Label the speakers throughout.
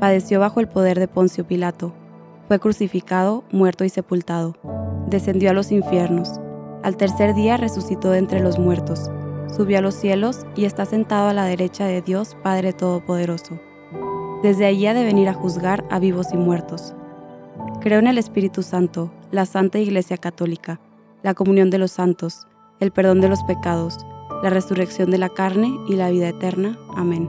Speaker 1: padeció bajo el poder de Poncio Pilato, fue crucificado, muerto y sepultado, descendió a los infiernos, al tercer día resucitó de entre los muertos, subió a los cielos y está sentado a la derecha de Dios Padre Todopoderoso. Desde allí ha de venir a juzgar a vivos y muertos. Creo en el Espíritu Santo, la Santa Iglesia Católica, la comunión de los santos, el perdón de los pecados, la resurrección de la carne y la vida eterna. Amén.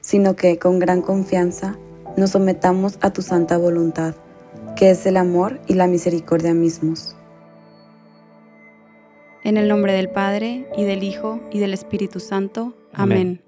Speaker 2: sino que con gran confianza nos sometamos a tu santa voluntad, que es el amor y la misericordia mismos.
Speaker 1: En el nombre del Padre, y del Hijo, y del Espíritu Santo.
Speaker 3: Amén.
Speaker 1: Amén.